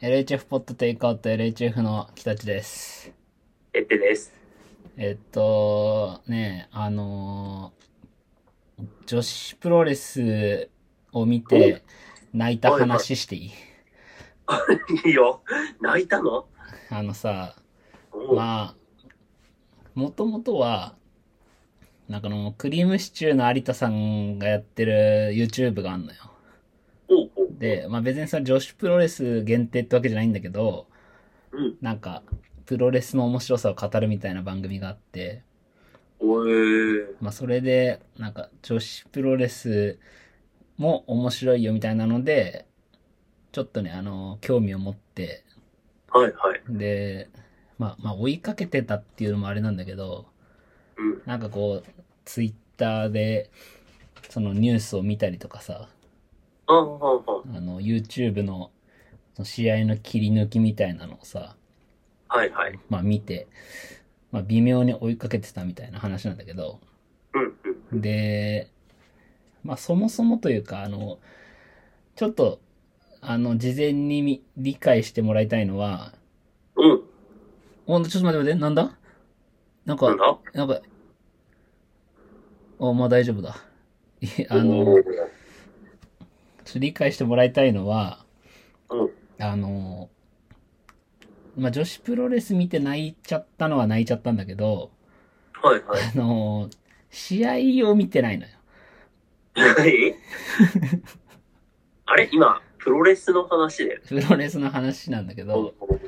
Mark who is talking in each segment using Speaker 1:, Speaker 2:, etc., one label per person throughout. Speaker 1: LHF ポッドテイクアウト LHF の北地です。
Speaker 2: えってです。
Speaker 1: えっと、ねあのー女子プロレスを見て泣いた話していい
Speaker 2: いいよ。泣いたの
Speaker 1: あのさ、
Speaker 2: おう
Speaker 1: まあ、もともとは、なんかあの、クリームシチューの有田さんがやってる YouTube があんのよ。
Speaker 2: おうおう
Speaker 1: で、まあ別にそれ女子プロレス限定ってわけじゃないんだけど、
Speaker 2: うん。
Speaker 1: なんか、プロレスの面白さを語るみたいな番組があって、
Speaker 2: おえ
Speaker 1: まあそれで、なんか女子プロレスも面白いよみたいなので、ちょっとね、あの、興味を持って、
Speaker 2: はいはい。
Speaker 1: で、まあ、まあ追いかけてたっていうのもあれなんだけど、
Speaker 2: うん。
Speaker 1: なんかこう、ツイッターで、そのニュースを見たりとかさ、
Speaker 2: ああ、ああ、
Speaker 1: あの、YouTube の、その試合の切り抜きみたいなのをさ、
Speaker 2: はいはい。
Speaker 1: まあ見て、まあ微妙に追いかけてたみたいな話なんだけど、
Speaker 2: うんうん。
Speaker 1: で、まあそもそもというか、あの、ちょっと、あの、事前にみ理解してもらいたいのは、
Speaker 2: うん。
Speaker 1: お、ちょっと待って待って、なんだなん
Speaker 2: なん
Speaker 1: か、
Speaker 2: だ
Speaker 1: なんか、お、まあ大丈夫だ。い あ
Speaker 2: お
Speaker 1: の、
Speaker 2: う
Speaker 1: ちょっと理解してもらいたいのは、
Speaker 2: うん。
Speaker 1: あの、まあ女子プロレス見て泣いちゃったのは泣いちゃったんだけど、
Speaker 2: はい はい。
Speaker 1: あの、試合を見てないのよ。
Speaker 2: 何あれ今、プロレスの話で。
Speaker 1: プロレスの話なんだけ
Speaker 2: お
Speaker 1: ど
Speaker 2: う、おう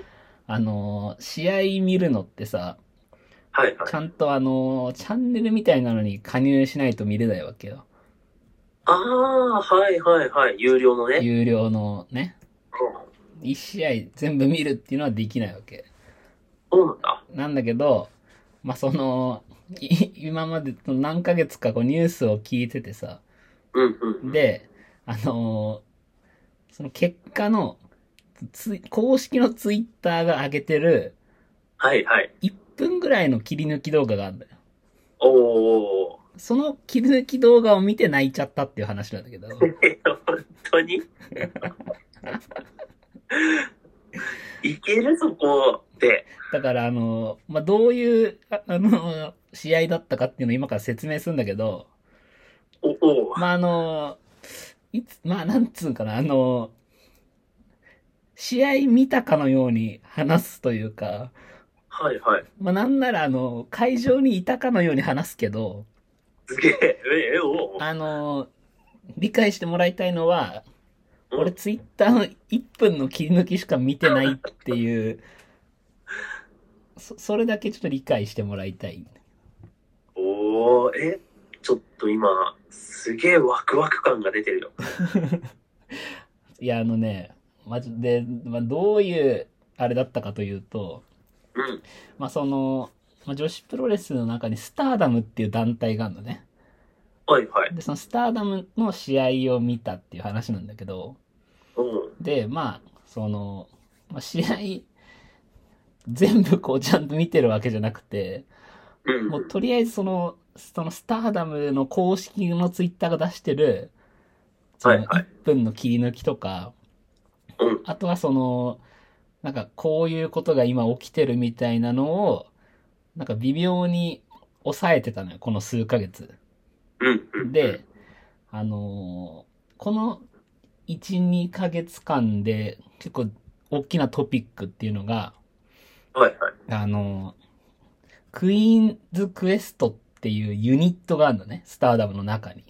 Speaker 1: あの、試合見るのってさ、
Speaker 2: はいはい
Speaker 1: ち。ゃんとあの、チャンネルみたいなのに加入しないと見れないわけよ。
Speaker 2: ああ、はいはいはい。有料のね。
Speaker 1: 有料のね、
Speaker 2: うん
Speaker 1: 1試合全部見るっていうのはできないわけ。
Speaker 2: そうなんだ。
Speaker 1: なんだけど、まあ、その、い今までの何ヶ月かこうニュースを聞いててさ、
Speaker 2: うんうん。
Speaker 1: で、あのーその結果の、つ公式のツイッターが上げてる
Speaker 2: はいはい。
Speaker 1: 1分ぐらいの切り抜き動画があるんだよ。
Speaker 2: おうおうおう。
Speaker 1: その切り抜き動画を見て泣いちゃったっていう話なんだけど、
Speaker 2: え、本当にいけるそこで。
Speaker 1: だからあのーまあ、どういう、ああのー試合だったかっていうのを今から説明するんだけど、
Speaker 2: おおう。
Speaker 1: まあ、あのーいつ、まあ、なんつうんかな、あのー試合見たかのように話すというか、
Speaker 2: はいはい。
Speaker 1: まあ、なんならあの、会場にいたかのように話すけど、
Speaker 2: すげえ。え、え、おう。
Speaker 1: あの、理解してもらいたいのは、
Speaker 2: うん
Speaker 1: 俺ツイッターの1分の切り抜きしか見てないっていう、そ、それだけちょっと理解してもらいたい。
Speaker 2: おお。え、ちょっと今、すげえワクワク感が出てるよ。
Speaker 1: いや、あのね、まじで、まあ、どういう、あれだったかというと、
Speaker 2: うん。
Speaker 1: まあ、その、まあ、女子プロレスの中にスターダムっていう団体があるのね。
Speaker 2: はいはい。
Speaker 1: で、そのスターダムの試合を見たっていう話なんだけど、
Speaker 2: うん。
Speaker 1: で、まあ、その、まあ試合、全部こうちゃんと見てるわけじゃなくて、
Speaker 2: うん。
Speaker 1: もうとりあえずその、そのスターダムの公式のツイッターが出してる、そ
Speaker 2: は
Speaker 1: の
Speaker 2: いはい
Speaker 1: 1分の切り抜きとか、
Speaker 2: うん
Speaker 1: あとはその、なんかこういうことが今起きてるみたいなのを、なんか微妙に抑えてたのよ、この数ヶ月。
Speaker 2: うん。うん。
Speaker 1: で、あのーこの1、2ヶ月間で結構大きなトピックっていうのが、
Speaker 2: はいはい。
Speaker 1: あのークイーンズクエストっていうユニットがあるのね、スターダムの中に。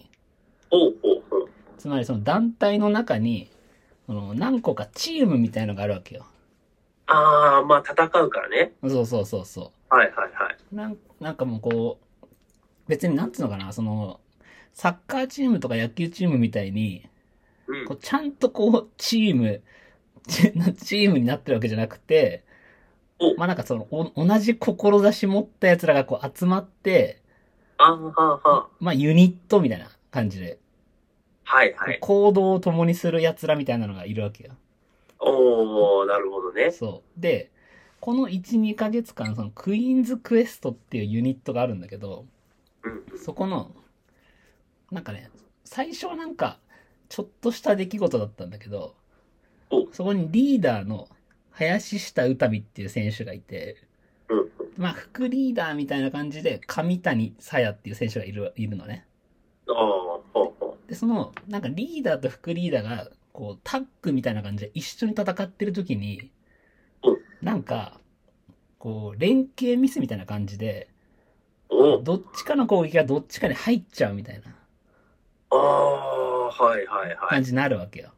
Speaker 2: おうおうおう。
Speaker 1: つまりその団体の中に、その何個かチームみたいのがあるわけよ。
Speaker 2: ああ、まあ戦うからね。
Speaker 1: そうそうそうそ
Speaker 2: はいはいはい。
Speaker 1: う。なんなんかもうこう、別になんつうのかな、その、サッカーチームとか野球チームみたいに、
Speaker 2: うん
Speaker 1: こ。うちゃんとこう、チーム、 チチームになってるわけじゃなくて
Speaker 2: お、
Speaker 1: まあなんかその、お同じ志持った奴らがこう集まって、
Speaker 2: ああ、はあ、は
Speaker 1: まあユニットみたいな感じで、
Speaker 2: あ。はいはい。
Speaker 1: 行動を共にする奴らみたいなのがいるわけよ。
Speaker 2: おおなるほどね。
Speaker 1: そう。で、この1、2ヶ月間、そのクイーンズクエストっていうユニットがあるんだけど、
Speaker 2: うん。
Speaker 1: そこの、なんかね、最初はなんか、ちょっとした出来事だったんだけど
Speaker 2: お、
Speaker 1: そこにリーダーの林下宇多美っていう選手がいて、
Speaker 2: うんうん。
Speaker 1: まあ、副リーダーみたいな感じで、上谷さやっていう選手がいる、いるのね。
Speaker 2: ああ、はあは
Speaker 1: で、その、なんかリーダーと副リーダーが、こう、タッグみたいな感じで一緒に戦ってる時に
Speaker 2: うん、
Speaker 1: なんか、こう、連携ミスみたいな感じで、
Speaker 2: あ。うん。
Speaker 1: どっちかの攻撃がどっちかに入っちゃうみたいな
Speaker 2: ああ、はいはいはい。
Speaker 1: 感じになるわけよ。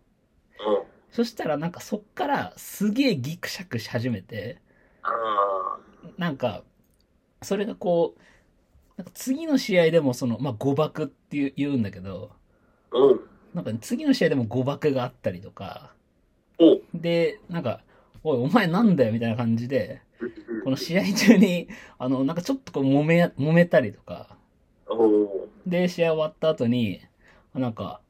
Speaker 2: うん。
Speaker 1: そしたらなんかそっからすげえギクシャクし始めて、
Speaker 2: ああ、
Speaker 1: なんか、それがこう、なんか次の試合でもその、まあ、誤爆っていう言うんだけど、
Speaker 2: うん。
Speaker 1: なんか次の試合でも誤爆があったりとか、
Speaker 2: おう。
Speaker 1: で、なんか、おい、お前なんだよみたいな感じで、
Speaker 2: うん
Speaker 1: この試合中に、あの、なんかちょっとこう揉め、揉めたりとか、
Speaker 2: おう
Speaker 1: で、試合終わった後に、なんか、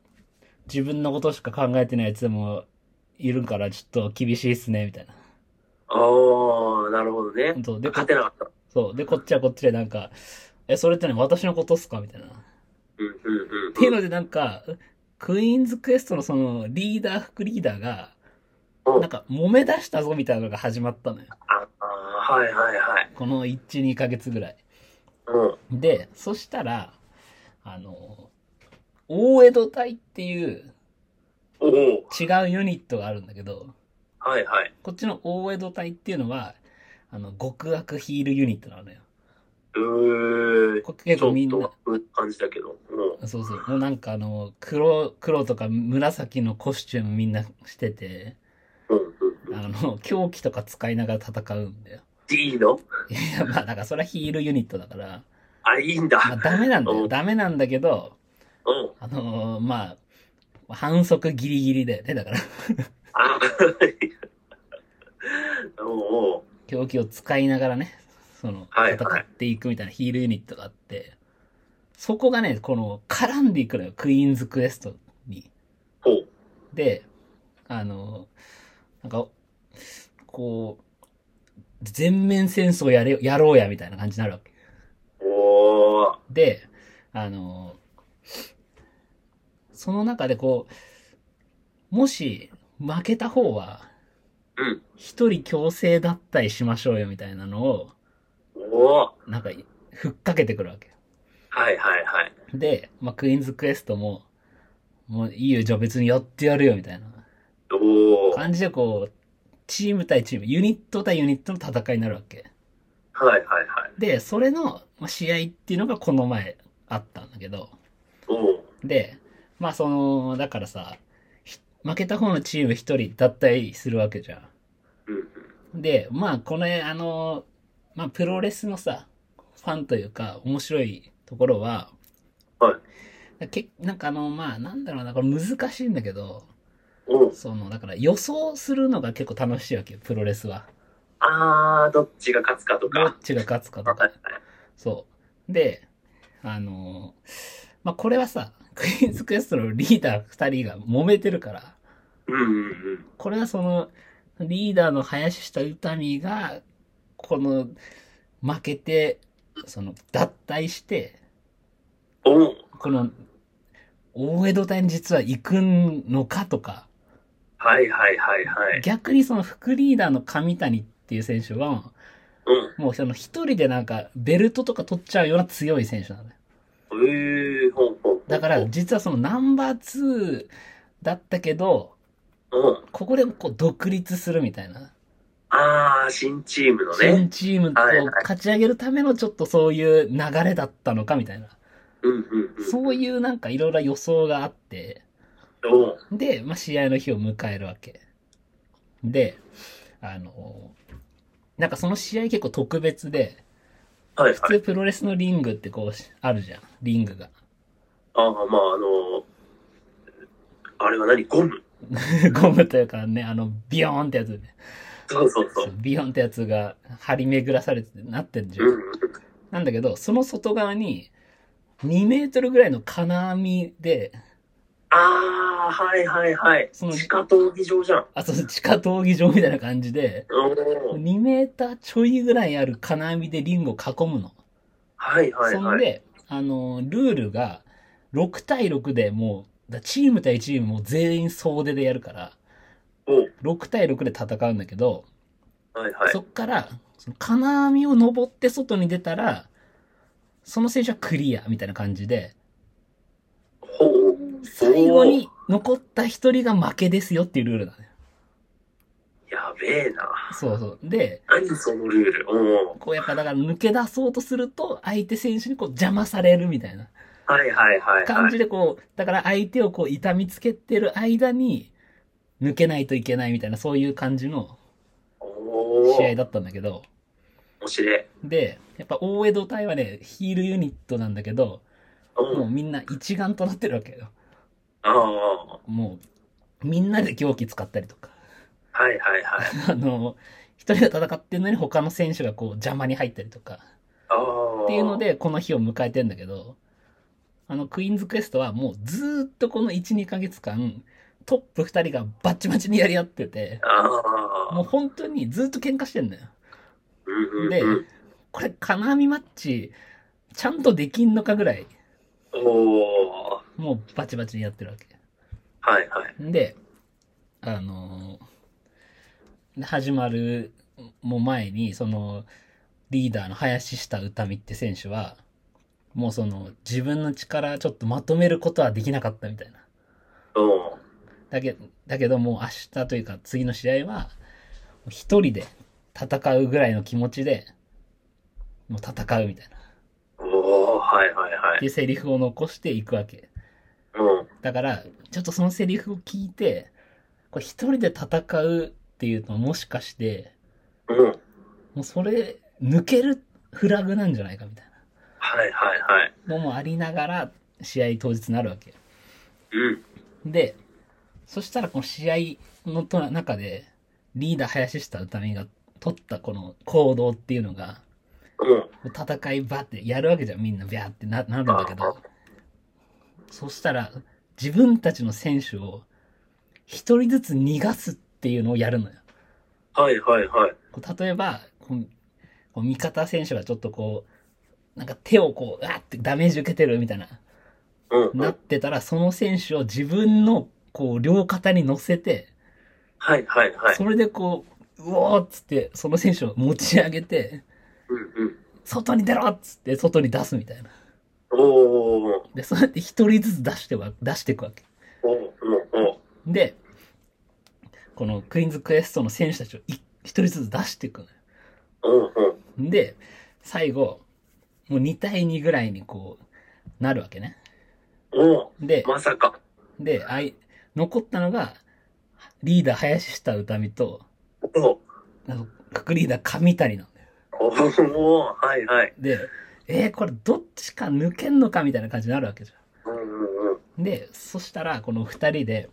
Speaker 1: 自分のことしか考えてないやつでもいるから、ちょっと厳しいっすね、みたいな。
Speaker 2: ああ、なるほどね。
Speaker 1: そうで、こ
Speaker 2: 勝てなかった。
Speaker 1: そうでこっちはこっちでなんか、え、それってね、私のことっすかみたいな。っ
Speaker 2: うんうんうん。
Speaker 1: ていうので、なんか、クイーンズクエストのその、リーダー、副リーダーが、
Speaker 2: うん
Speaker 1: なんか、揉め出したぞみたいなのが始まったのよ。
Speaker 2: ああ、はいはいはい。
Speaker 1: この1、2ヶ月ぐらい。
Speaker 2: うん。
Speaker 1: で、そしたら、あの、大江戸隊っていう
Speaker 2: おおう。
Speaker 1: 違うユニットがあるんだけど、
Speaker 2: はいはい。
Speaker 1: こっちの大江戸隊っていうのは、あの、極悪ヒールユニットなのよ。
Speaker 2: うー。
Speaker 1: こ結
Speaker 2: ちょ
Speaker 1: 構
Speaker 2: っ
Speaker 1: みんな
Speaker 2: と、、うん感じだけど。うん。
Speaker 1: そうそう、もうなんかあの、黒、黒とか紫のコスチュームみんなしてて、
Speaker 2: うんうんうん。
Speaker 1: あの、狂気とか使いながら戦うんだよ。
Speaker 2: いいの
Speaker 1: いや、まあだからそれはヒールユニットだから、
Speaker 2: あ、いいん
Speaker 1: まあ
Speaker 2: だ。
Speaker 1: ダメなんだ
Speaker 2: う
Speaker 1: よ。
Speaker 2: ん
Speaker 1: ダメなんだけど、
Speaker 2: うん。
Speaker 1: あのーまあ、反則ギリギリだよね。だから、
Speaker 2: あおうおう。
Speaker 1: 狂気を使いながらね、その、
Speaker 2: はいはい
Speaker 1: 戦っていくみたいなヒールユニットがあって、そこがね、この、絡んでいくのよ。クイーンズクエストに。
Speaker 2: ほう。
Speaker 1: で、あの、なんか、こう、全面戦争やれ、やろうや、みたいな感じになるわけ。
Speaker 2: おお。
Speaker 1: で、あの、その中でこう、もし、負けた方は、
Speaker 2: うん。
Speaker 1: 一人強制脱退しましょうよ、みたいなのを、
Speaker 2: おお。
Speaker 1: なんか、ふっかけてくるわけ。
Speaker 2: はいはいはい。
Speaker 1: で、まあ、クイーンズクエストも、もういいよ、じゃあ別にやってやるよ、みたいな
Speaker 2: おお。はい
Speaker 1: 感じでこう、チーム対チーム、ユニット対ユニットの戦いになるわけ。
Speaker 2: はいはい。
Speaker 1: で、それのまあ試合っていうのがこの前あったんだけど、
Speaker 2: おお。
Speaker 1: で、まあその、だからさ、ひ負けた方のチーム一人脱退するわけじゃ
Speaker 2: うんうん。
Speaker 1: ん。で、まあこれ、あの、まあプロレスのさ、ファンというか面白いところは、
Speaker 2: はい。
Speaker 1: けなんかあの、まあなんだろうな、これ難しいんだけど、
Speaker 2: おお。
Speaker 1: その、だから予想するのが結構楽しいわけよ、プロレスは。
Speaker 2: あー、どっちが勝つかと
Speaker 1: どっ
Speaker 2: か。
Speaker 1: ちが勝つかと
Speaker 2: はい
Speaker 1: か
Speaker 2: はい。
Speaker 1: そう。で、あのーまあ、これはさ、 クイーンズクエストのリーダー二人が揉めてるから、
Speaker 2: うんうんうん。
Speaker 1: これはその、リーダーの林下宇多美が、この、負けて、その、脱退して、
Speaker 2: おお。
Speaker 1: この、大江戸隊に実は行くのかとか、
Speaker 2: はいはいはいはい。
Speaker 1: 逆にその副リーダーの上谷っていう選手は、
Speaker 2: うん。
Speaker 1: もうその一人でなんか、ベルトとか取っちゃうような強い選手なのよ。
Speaker 2: ええー、ほんほんほん。
Speaker 1: だか
Speaker 2: う
Speaker 1: ら、
Speaker 2: ん。
Speaker 1: 実はそのナンバー2だったけど、ここでこう独立するみたいな。
Speaker 2: あー、新チームのね
Speaker 1: 新。チームと
Speaker 2: はいはい
Speaker 1: 勝ち上げるためのちょっとそういう流れだったのかみたいな。
Speaker 2: うんうんうん。
Speaker 1: そう
Speaker 2: う。
Speaker 1: いうなんかいろいろ予想があって、
Speaker 2: おお。
Speaker 1: で、まあ、試合の日を迎えるわけ。で、あの、なんかその試合結構特別で、
Speaker 2: はい
Speaker 1: 普
Speaker 2: はい。
Speaker 1: 通プロレスのリングってこうあるじゃん、リングが。
Speaker 2: あー、まああのー、あれは何ゴム
Speaker 1: ゴムというかね、あの、ビヨーンってやつで。
Speaker 2: そうそうそ
Speaker 1: そう
Speaker 2: う。
Speaker 1: ビヨンってやつが張り巡らされてなってんじゃ
Speaker 2: うん
Speaker 1: ん。
Speaker 2: うん。
Speaker 1: なんだけど、その外側に2メートルぐらいの金網で、
Speaker 2: あー、はいはいはい。
Speaker 1: その
Speaker 2: 地下闘技場じゃん。
Speaker 1: あ、そう、地下闘技場みたいな感じで、
Speaker 2: おお。
Speaker 1: 2メーターちょいぐらいある金網でリングを囲むの。
Speaker 2: はいはい
Speaker 1: そん
Speaker 2: はい。
Speaker 1: で、あの、ルールが6対6でもう、だチーム対チームもう全員総出でやるから、
Speaker 2: おう
Speaker 1: 6対6で戦うんだけど、
Speaker 2: はいはい
Speaker 1: そ。っから、その金網を登って外に出たら、その選手はクリアみたいな感じで、
Speaker 2: ほう。
Speaker 1: 最後に残った一人が負けですよっていうルールなのよ。
Speaker 2: やべえな。
Speaker 1: そうそう。で、
Speaker 2: 何そのルール。おう
Speaker 1: こうやっぱだから抜け出そうとすると、相手選手にこう邪魔されるみたいな
Speaker 2: はいはいはい
Speaker 1: 感
Speaker 2: は
Speaker 1: じ
Speaker 2: い。
Speaker 1: でこう、だから相手をこう痛みつけてる間に、抜けないといけないみたいな、そういう感じの
Speaker 2: おお。
Speaker 1: 試合
Speaker 2: 面
Speaker 1: だったんだけど、
Speaker 2: 白い。
Speaker 1: で、やっぱ大江戸隊はね、ヒールユニットなんだけど、
Speaker 2: う。
Speaker 1: もうんみんな一丸となってるわけよ。
Speaker 2: ああ。
Speaker 1: もう、みんなで狂気使ったりとか、
Speaker 2: はいはいはい。
Speaker 1: あの、一人が戦ってるのに他の選手がこう邪魔に入ったりとか、
Speaker 2: ああ。
Speaker 1: っていうの。でこの日を迎えてんだけど、あの、クイーンズクエストはもうずーっとこの1、2ヶ月間、トップ2人がバッチバチにやり合ってて、
Speaker 2: あ
Speaker 1: もう
Speaker 2: あ。
Speaker 1: 本当にずーっと喧嘩してんだよ。
Speaker 2: うんうん
Speaker 1: で
Speaker 2: うん。
Speaker 1: これ、金網マッチ、ちゃんとできんのかぐらい、
Speaker 2: おお。
Speaker 1: もうバチバチにやってるわけ。
Speaker 2: はいはい。
Speaker 1: で、あのー始まるも前に、その、リーダーの林下歌美って選手は、もうその、自分の力ちょっとまとめることはできなかったみたいな。
Speaker 2: おう
Speaker 1: だけだけどもう明日というか次の試合は、一人で戦うぐらいの気持ちで、もう戦うみたいな。
Speaker 2: おお。はいはいは
Speaker 1: で、
Speaker 2: い。
Speaker 1: セリフを残していくわけ。
Speaker 2: うん。
Speaker 1: だから、ちょっとそのセリフを聞いて、これ一人で戦うっていうのはもしかして、
Speaker 2: うん。
Speaker 1: もうそれ、抜けるフラグなんじゃないかみたい
Speaker 2: はいはいはい。
Speaker 1: なのもありながら、試合当日になるわけ。
Speaker 2: うん。
Speaker 1: で、そしたらこの試合のと中で、リーダー林下歌美が取ったこの行動っていうのが、
Speaker 2: うん。
Speaker 1: 戦いバってやるわけじゃん、みんなビャーってななるんだけ
Speaker 2: あ
Speaker 1: ど
Speaker 2: あ。
Speaker 1: そしたら、自分たちの選手を、一人ずつ逃がすっていうのをやるのよ。
Speaker 2: はいはいはい。
Speaker 1: こう例えば、こうこう味方選手がちょっとこう、なんか手をこう、あってダメージ受けてるみたいな、
Speaker 2: うんう
Speaker 1: なっ
Speaker 2: ん。
Speaker 1: てたら、その選手を自分の、こう、両肩に乗せて、
Speaker 2: はいはいはい。
Speaker 1: それでこう、うおーっつって、その選手を持ち上げて、
Speaker 2: うんうん。
Speaker 1: 外に出ろっつって、外に出すみたいな。
Speaker 2: おお。
Speaker 1: で、そうやって一人ずつ出しては、出していくわけ。
Speaker 2: おうおうおう
Speaker 1: で、このクイーンズクエストの選手たちをい一人ずつ出していくのよ。
Speaker 2: おうおう
Speaker 1: で、最後、もう2対2ぐらいにこう、なるわけね。
Speaker 2: おう
Speaker 1: で、
Speaker 2: まさか。
Speaker 1: で、あい、残ったのが、リーダー林下歌美と、
Speaker 2: おう
Speaker 1: あの副リーダー上谷なんだよ。
Speaker 2: おうおうはいはい。
Speaker 1: で、えー、これどっちか抜けんのかみたいな感じになるわけじ
Speaker 2: うんうんうん。
Speaker 1: ゃん。で、そしたら、この二人で、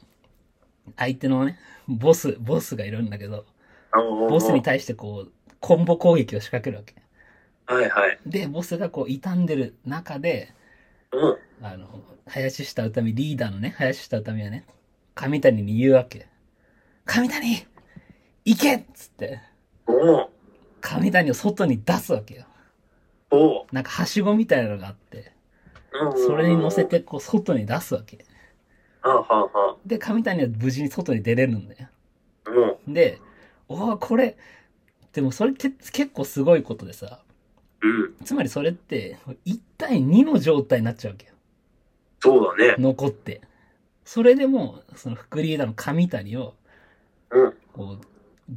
Speaker 1: 相手のね、ボス、ボスがいるんだけど、
Speaker 2: おうおう
Speaker 1: ボスに対してこう、コンボ攻撃を仕掛けるわけ。
Speaker 2: はいはい。
Speaker 1: で、ボスがこう、傷んでる中で、
Speaker 2: うん。
Speaker 1: あの、林下歌美、リーダーのね、林下歌美はね、上谷に言うわけ。上谷行けっつって、
Speaker 2: おう
Speaker 1: 上谷を外に出すわけよ。
Speaker 2: おう
Speaker 1: なんか、はしごみたいなのがあって、
Speaker 2: うんうんうん
Speaker 1: それに乗せ。て、こう、外に出すわけ。
Speaker 2: はあはあは
Speaker 1: で、上谷は無事に外に出れるんだよ。
Speaker 2: あ。うん。
Speaker 1: で、おおこれ、でもそれけ結構すごいことでさ、
Speaker 2: うん。
Speaker 1: つまりそれって、1対2の状態になっちゃうわけよ。
Speaker 2: そうだね。
Speaker 1: 残って。それでもう、その副リーダーの上谷を、
Speaker 2: うん。
Speaker 1: こう、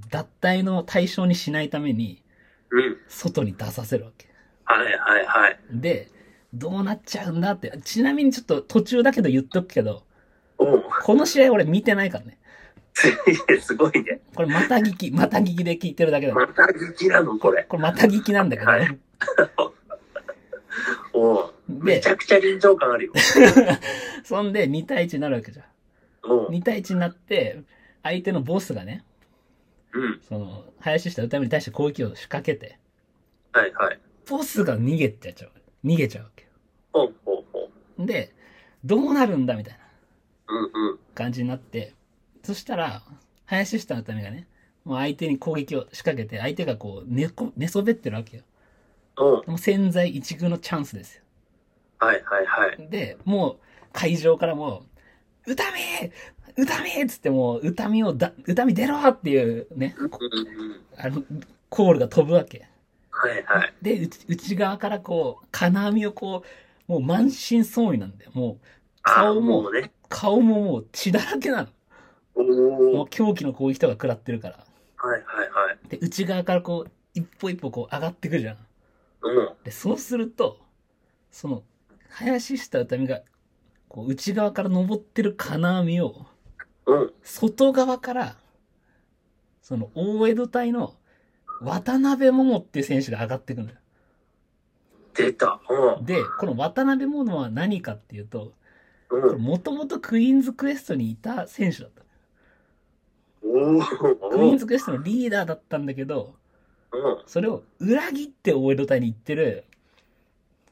Speaker 1: 脱退の対象にしないために、
Speaker 2: うん。
Speaker 1: 外に出させるわけ。
Speaker 2: はいはいはい。
Speaker 1: で、どうなっちゃうんだって。ちなみにちょっと途中だけど言っとくけど、
Speaker 2: おう
Speaker 1: この試合俺見てないからね。
Speaker 2: すごいね。
Speaker 1: これまた聞き、また聞きで聞いてるだけだ。
Speaker 2: また好きなのこれ。
Speaker 1: これまた聞きなんだけど。
Speaker 2: はおうめ
Speaker 1: で
Speaker 2: ち、ゃくちゃ臨場感あるよ。
Speaker 1: そんで2対1になるわけじゃ。
Speaker 2: うんん。
Speaker 1: 2対1になって、相手のボスがね、
Speaker 2: うん。
Speaker 1: その、林下歌美に対して攻撃を仕掛けて、
Speaker 2: はいはい。
Speaker 1: ボスが逃げてちゃう。逃げちゃうわけ
Speaker 2: おうおうおう
Speaker 1: よ。で、どうなるんだみたいな。
Speaker 2: うんうん。
Speaker 1: 感じになって、そしたら、林下のためがね、もう相手に攻撃を仕掛けて、相手がこう寝こ、寝そべってるわけよ。
Speaker 2: うん。
Speaker 1: もう潜在一遇のチャンスですよ。
Speaker 2: はいはいはい。
Speaker 1: で、もう、会場からもう、歌め歌見っつってもう、歌見をだ、歌見出ろっていうね、
Speaker 2: うんうん。
Speaker 1: あの、コールが飛ぶわけ。
Speaker 2: はいはい。
Speaker 1: で、内内側からこう、金網をこう、もう満身創痍なんだよ。もう、
Speaker 2: ああ、
Speaker 1: 顔も
Speaker 2: もうね。
Speaker 1: 顔ももう血だらけな
Speaker 2: お
Speaker 1: の。もう
Speaker 2: お。
Speaker 1: 狂気の攻撃とか食らってるから。
Speaker 2: はいはいはい。
Speaker 1: で、内側からこう、一歩一歩こう上がってくじゃん。
Speaker 2: うん。
Speaker 1: で、そうすると、その、林下歌美が、こう、内側から登ってる金網を、
Speaker 2: うん。
Speaker 1: 外側から、その、大江戸隊の、渡辺桃っていう選手が上がってくのよ。
Speaker 2: 出た。うん。
Speaker 1: で、この渡辺桃は何かっていうと、
Speaker 2: う
Speaker 1: もともとクイーンズクエストにいた選手だった。
Speaker 2: ん。
Speaker 1: クイ
Speaker 2: お
Speaker 1: ー
Speaker 2: お
Speaker 1: ン。ズクエストのリーダーだったんだけど、
Speaker 2: うん。
Speaker 1: それを裏切って大江戸隊に行ってる、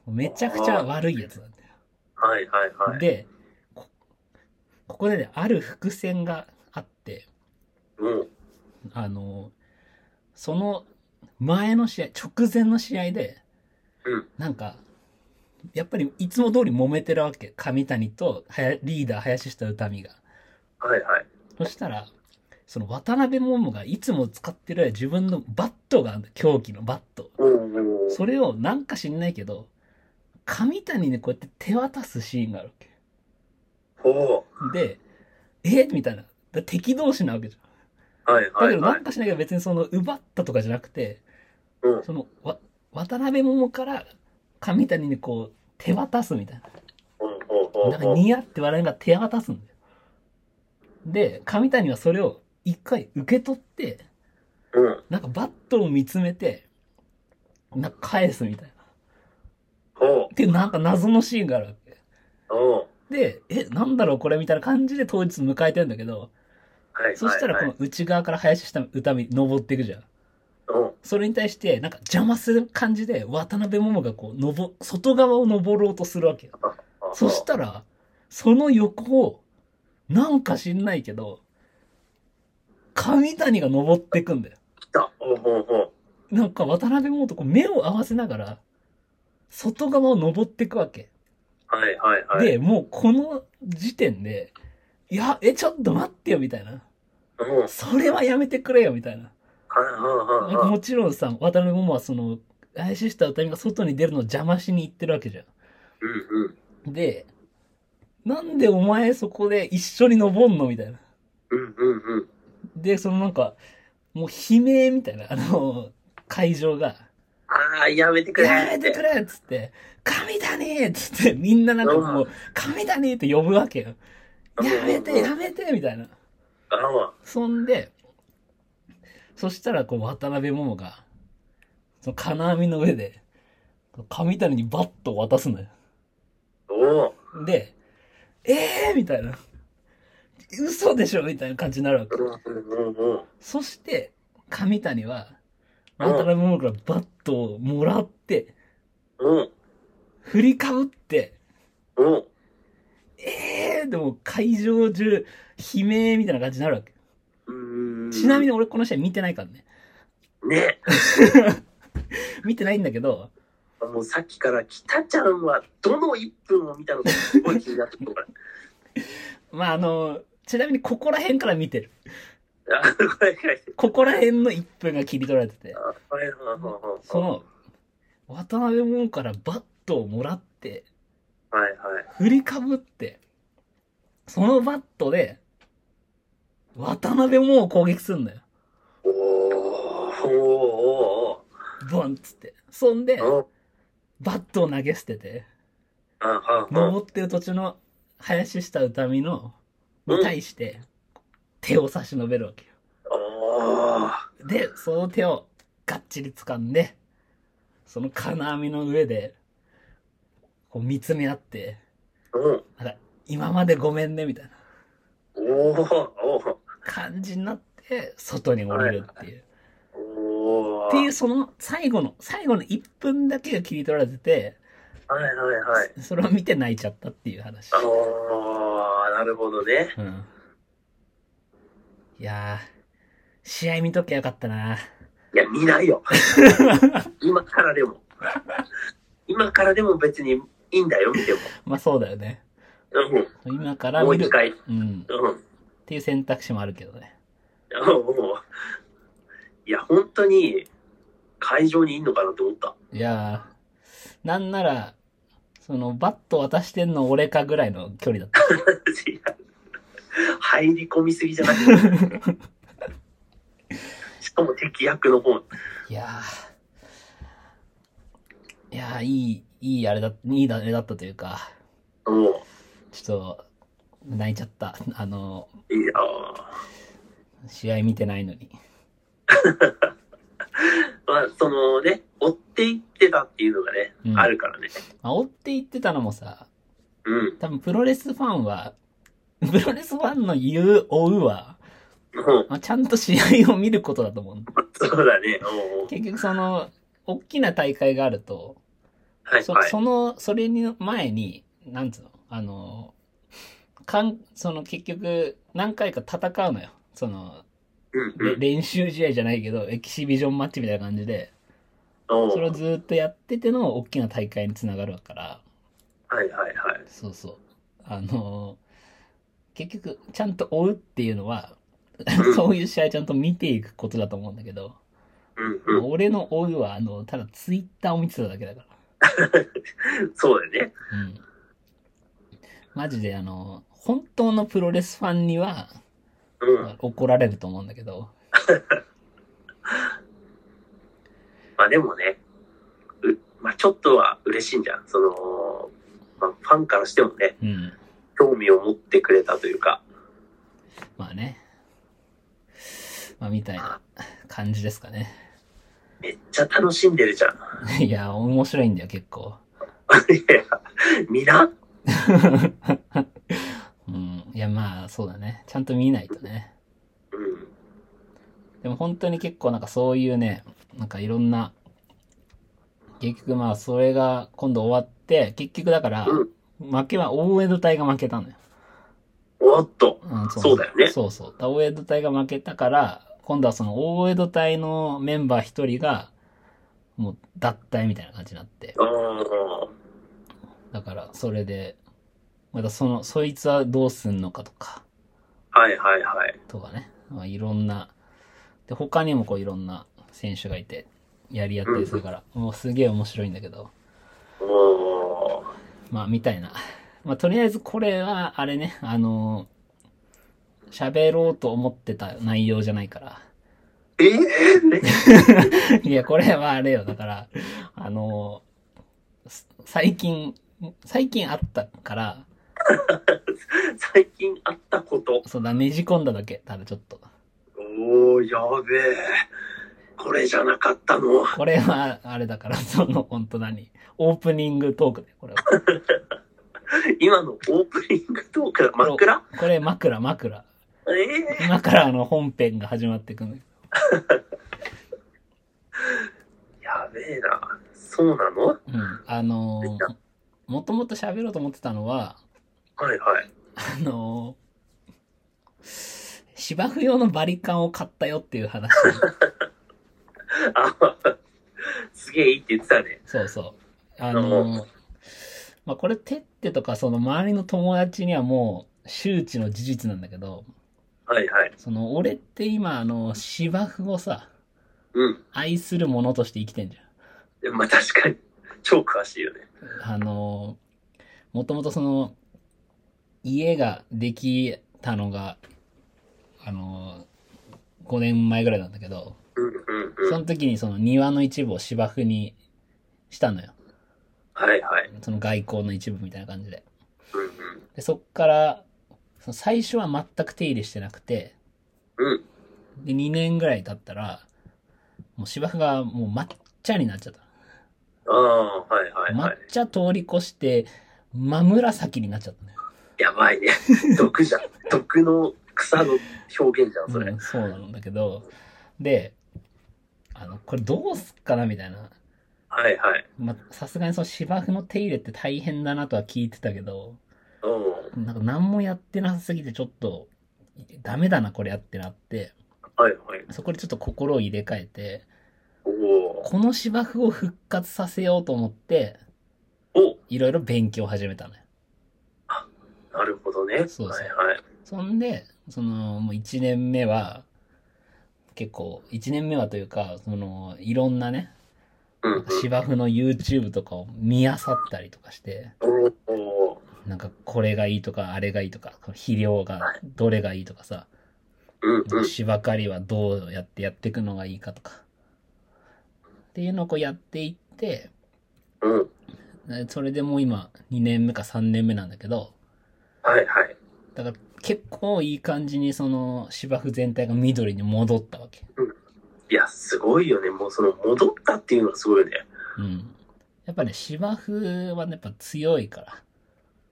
Speaker 1: めちゃくちゃ悪いやつなんだよ。
Speaker 2: はいはいはい。
Speaker 1: でこ、ここでね、ある伏線があって、
Speaker 2: うん。
Speaker 1: あの、その前の試合、直前の試合で、
Speaker 2: うん
Speaker 1: なんか、やっぱりいつも通り揉めてるわけ。上谷とはやリーダー林下歌美が。
Speaker 2: はいはい。
Speaker 1: そしたら、その渡辺桃がいつも使ってる自分のバットがあるんだ狂気のバット。
Speaker 2: おお。
Speaker 1: それをなんか知んないけど、上谷にこうやって手渡すシーンがあるわけ。
Speaker 2: おお。
Speaker 1: で、えみたいな。だ敵同士なわけじゃん。
Speaker 2: はい
Speaker 1: だ
Speaker 2: は
Speaker 1: け
Speaker 2: い
Speaker 1: ど、
Speaker 2: は
Speaker 1: ないん。かしないけど別にその、奪ったとかじゃなくて、
Speaker 2: うん。
Speaker 1: その、わ、渡辺桃から上谷にこう、手渡すみたい
Speaker 2: お
Speaker 1: な。
Speaker 2: おお
Speaker 1: なんかニヤって笑いながら手渡すんだよ。で、上谷はそれを一回受け取って、
Speaker 2: うん。
Speaker 1: なんかバットを見つめて、なんか返すみたいな。
Speaker 2: お
Speaker 1: っていうなんか謎のシーンがあるわけ。
Speaker 2: お。
Speaker 1: で、え、なんだろうこれみたいな感じで当日迎えてんだけど、
Speaker 2: はいはい。
Speaker 1: そしたらこの内側から林下歌見登っていくじゃん。
Speaker 2: の。
Speaker 1: それに対して、なんか邪魔する感じで渡辺桃がこう、のぼ、外側を登ろうとするわけよ。
Speaker 2: うん。
Speaker 1: そしたら、その横を、なんか知んないけど、上谷が登ってくんだよ。
Speaker 2: 来た。おおお。
Speaker 1: なんか渡辺桃とこう目を合わせながら、外側を登ってくわけ。
Speaker 2: はいはいはい。
Speaker 1: で、もうこの時点で、いや、え、ちょっと待ってよ、みたいな。
Speaker 2: うん。はい
Speaker 1: それはやめてくれよ、みたいな。
Speaker 2: はいはいはい。
Speaker 1: もちろんさ、渡辺桃はその、林下歌美が外に出るのを邪魔しに行ってるわけじゃ
Speaker 2: うんうん。
Speaker 1: ん。で、なんでお前そこで一緒に登んのみたいな。
Speaker 2: うんうんうん。
Speaker 1: で、そのなんか、もう悲鳴みたいな、あの、会場が、
Speaker 2: ああ、やめてくれ。
Speaker 1: やめてくれっつって、神だねっつって、みんななんかもう、神だねって呼ぶわけよ。やめて、やめてみたいな。
Speaker 2: あ
Speaker 1: そんで、そしたらこう渡辺桃が、その金網の上で、上谷にバットを渡すのよ。
Speaker 2: おお。
Speaker 1: で、えーみたいな。嘘でしょみたいな感じになるわけ
Speaker 2: う。んうんうんうん。
Speaker 1: そして、上谷は、渡辺桃からバットをもらって、
Speaker 2: うん
Speaker 1: 振りかぶって、
Speaker 2: うん。
Speaker 1: えーでも会場中、悲鳴みたいな感じになるわけ。
Speaker 2: うん
Speaker 1: ちなみに俺この試合見てないからね。
Speaker 2: ね
Speaker 1: 見てないんだけど、
Speaker 2: もうさっきから北ちゃんはどの1分を見たのかすごい気になってるから
Speaker 1: まああの、ちなみにここら辺から見てる。
Speaker 2: あこれこれ
Speaker 1: ここら辺の1分が切り取られてて
Speaker 2: あ、はいはいはいはい
Speaker 1: その、渡辺門からバットをもらって、
Speaker 2: はいはい
Speaker 1: 振りかぶって、そのバットで、渡辺門を攻撃するんだよ。
Speaker 2: おーお
Speaker 1: ボンっつって。そんで
Speaker 2: ーおー、おー
Speaker 1: バットを投げ捨てて、
Speaker 2: あはんはん
Speaker 1: 登ってる途中の林下歌美の、
Speaker 2: うん
Speaker 1: に対して、手を差し伸べるわけよ。
Speaker 2: おー
Speaker 1: で、その手をがっちり掴んで、その金網の上で、こう見つめ合って、
Speaker 2: うん
Speaker 1: なんか、今までごめんね、みたいな
Speaker 2: おーおー
Speaker 1: 感じになって、外に降りるっていう。
Speaker 2: おー
Speaker 1: っていう、その最後の、最後の1分だけが切り取られてて、
Speaker 2: はいはいはい
Speaker 1: それを見て泣いちゃったっていう話。
Speaker 2: ああなるほどね
Speaker 1: うん。いやー、試合見ときゃよかったな。
Speaker 2: いや見ないよ今からでも今からでも別にいいんだよ見ても
Speaker 1: まあそうだよね。
Speaker 2: うん
Speaker 1: 今から
Speaker 2: もう
Speaker 1: 見
Speaker 2: 一
Speaker 1: る。
Speaker 2: 回
Speaker 1: うん。
Speaker 2: うん
Speaker 1: っていう選択肢もあるけどね。
Speaker 2: やもう、いや、本当に、会場にいんのかなって思った。
Speaker 1: いやー、なんなら、その、バット渡してんの俺かぐらいの距離だった。
Speaker 2: いや入り込みすぎじゃない しかも敵役の方。
Speaker 1: いやー、いやー、いい、いいあれだ、いいあれだったというか、
Speaker 2: も
Speaker 1: ちょっと、泣いちゃった。あの、
Speaker 2: う、いや
Speaker 1: 試合見てないのに。
Speaker 2: ーまあ、そのね、追っていってたっていうのがね、
Speaker 1: うん
Speaker 2: あるからね。
Speaker 1: まあ、追って言ってたのもさ、
Speaker 2: うん。
Speaker 1: 多分プロレスファンは、プロレスファンの言う、追うは、
Speaker 2: もう、
Speaker 1: まあ、ちゃんと試合を見ることだと思うの。
Speaker 2: そうだね。もう、
Speaker 1: 結局その、大きな大会があると、
Speaker 2: はい
Speaker 1: そ
Speaker 2: はい。
Speaker 1: その、それに前に、なんつうの、あの、かん、その結局、何回か戦うのよ。その、
Speaker 2: うんう
Speaker 1: れ
Speaker 2: ん。
Speaker 1: 練習試合じゃないけど、エキシビジョンマッチみたいな感じで、
Speaker 2: お
Speaker 1: そうれをずーっとやってての大きな大会につながるから、
Speaker 2: はいはいはい。
Speaker 1: そうそう。あの、結局、ちゃんと追うっていうのは、そういう試合ちゃんと見ていくことだと思うんだけど、
Speaker 2: うんうん。
Speaker 1: 俺の追うは、あの、ただツイッターを見てただけだから。
Speaker 2: そうだね。
Speaker 1: うんマジであの、本当のプロレスファンには
Speaker 2: うん。
Speaker 1: 怒られると思うんだけど、
Speaker 2: まあでもね、うまあちょっとは嬉しいんじゃん。その、まあ、ファンからしてもね、
Speaker 1: うん。
Speaker 2: 興味を持ってくれたというか、
Speaker 1: まあね。まあみたいな感じですかね。
Speaker 2: めっちゃ楽しんでるじゃ ん。
Speaker 1: いや、面白いんだよ、結構。
Speaker 2: いや、みな
Speaker 1: うん。いや、まあそうだね。ちゃんと見ないとね。
Speaker 2: うん。
Speaker 1: でも本当に結構なんかそういうね、なんかいろんな、結局まあそれが今度終わって、結局だから、
Speaker 2: うん
Speaker 1: 負けは、大江戸隊が負けたのよ。
Speaker 2: おっと。
Speaker 1: うん
Speaker 2: そうだよね
Speaker 1: そうそう。大江戸隊が負けたから、今度はその大江戸隊のメンバー一人が、もう脱退みたいな感じになって。
Speaker 2: ああ。
Speaker 1: だから、それで、またその、そいつはどうすんのかとか、
Speaker 2: はいはいはい。
Speaker 1: とかね。まあ、いろんな、で、他にもこういろんな選手がいて、やり合ったりするから、もうすげえ面白いんだけど、
Speaker 2: おー
Speaker 1: まあ、みたいな。まあ、とりあえずこれは、あれね、あの喋ろうと思ってた内容じゃないから。
Speaker 2: えー、
Speaker 1: いや、これはあれよ。だから、あのす最近、最近あったから、
Speaker 2: 最近あったこと。
Speaker 1: そうだ、ねじ込んだだけ。ただちょっと。
Speaker 2: おー、やべえ。これじゃなかったの。
Speaker 1: これは、あれだから、その、本当何オープニングトークで、これは。
Speaker 2: 今のオープニングトークだ。枕
Speaker 1: これ、枕、枕。
Speaker 2: ええ
Speaker 1: 今から、あの、本編が始まっていくのよ
Speaker 2: ー、やべえな。そうなの
Speaker 1: うん。あのーもともと喋ろうと思ってたのは、
Speaker 2: はいはい。
Speaker 1: あのー芝生用のバリカンを買ったよっていう話。
Speaker 2: あすげえいいって言ってたね。
Speaker 1: そうそう。あ
Speaker 2: う
Speaker 1: の、まあ、これ、てってとか、その周りの友達にはもう、周知の事実なんだけど、
Speaker 2: はいはい。
Speaker 1: その、俺って今、あの、芝生をさ、
Speaker 2: うん。
Speaker 1: 愛するものとして生きてんじ
Speaker 2: まあ確かに、超詳しいよね。
Speaker 1: ゃん。あの、もともとその、家ができたのが、あの、5年前ぐらいなんだけど、
Speaker 2: うんうんう
Speaker 1: そ
Speaker 2: ん。
Speaker 1: の時にその庭の一部を芝生にしたのよ。
Speaker 2: はいはい。
Speaker 1: その外交の一部みたいな感じで。
Speaker 2: うん
Speaker 1: でそっからその最初は全く手入れしてなくて
Speaker 2: うん。うん。
Speaker 1: で2年ぐらい経ったらもう芝生がもう抹茶になっちゃった、
Speaker 2: ああ、はいはいはい。
Speaker 1: 抹茶通り越して真紫になっちゃったね
Speaker 2: や ばいね。毒じゃん。毒の草の表現じゃん、それ。
Speaker 1: うん、そうなんだけどであのこれどうすっかなみたいな
Speaker 2: はいはい。
Speaker 1: まさすがにその芝生の手入れって大変だなとは聞いてたけど
Speaker 2: お
Speaker 1: なんか何もやってなさすぎてちょっとダメだなこれやってなって
Speaker 2: はいはい。
Speaker 1: そこでちょっと心を入れ替えて
Speaker 2: おお。
Speaker 1: この芝生を復活させようと思って、
Speaker 2: お
Speaker 1: いろいろ勉強を始めたのよ。
Speaker 2: なるほどね。
Speaker 1: そうそう
Speaker 2: はいはい。
Speaker 1: そんで、その、もう1年目は、結構、1年目はというか、その、いろんなね、
Speaker 2: うんう
Speaker 1: なんんか芝生の YouTube とかを見漁ったりとかして、
Speaker 2: おーお
Speaker 1: なんかこれがいいとか、あれがいいとか、肥料がどれがいいとかさ、
Speaker 2: ーうん
Speaker 1: なん
Speaker 2: う
Speaker 1: か
Speaker 2: ん
Speaker 1: 芝刈りはどうやってやっていくのがいいかとか、っていうのをこうやっていって、
Speaker 2: うん
Speaker 1: でそれでもう今2年目か3年目なんだけど、
Speaker 2: はいはい
Speaker 1: だから結構いい感じにその芝生全体が緑に戻ったわけ。
Speaker 2: いやすごいよねもうその戻ったっていうのはすごいよね
Speaker 1: うん。やっぱね、芝生はね、やっぱ強いから、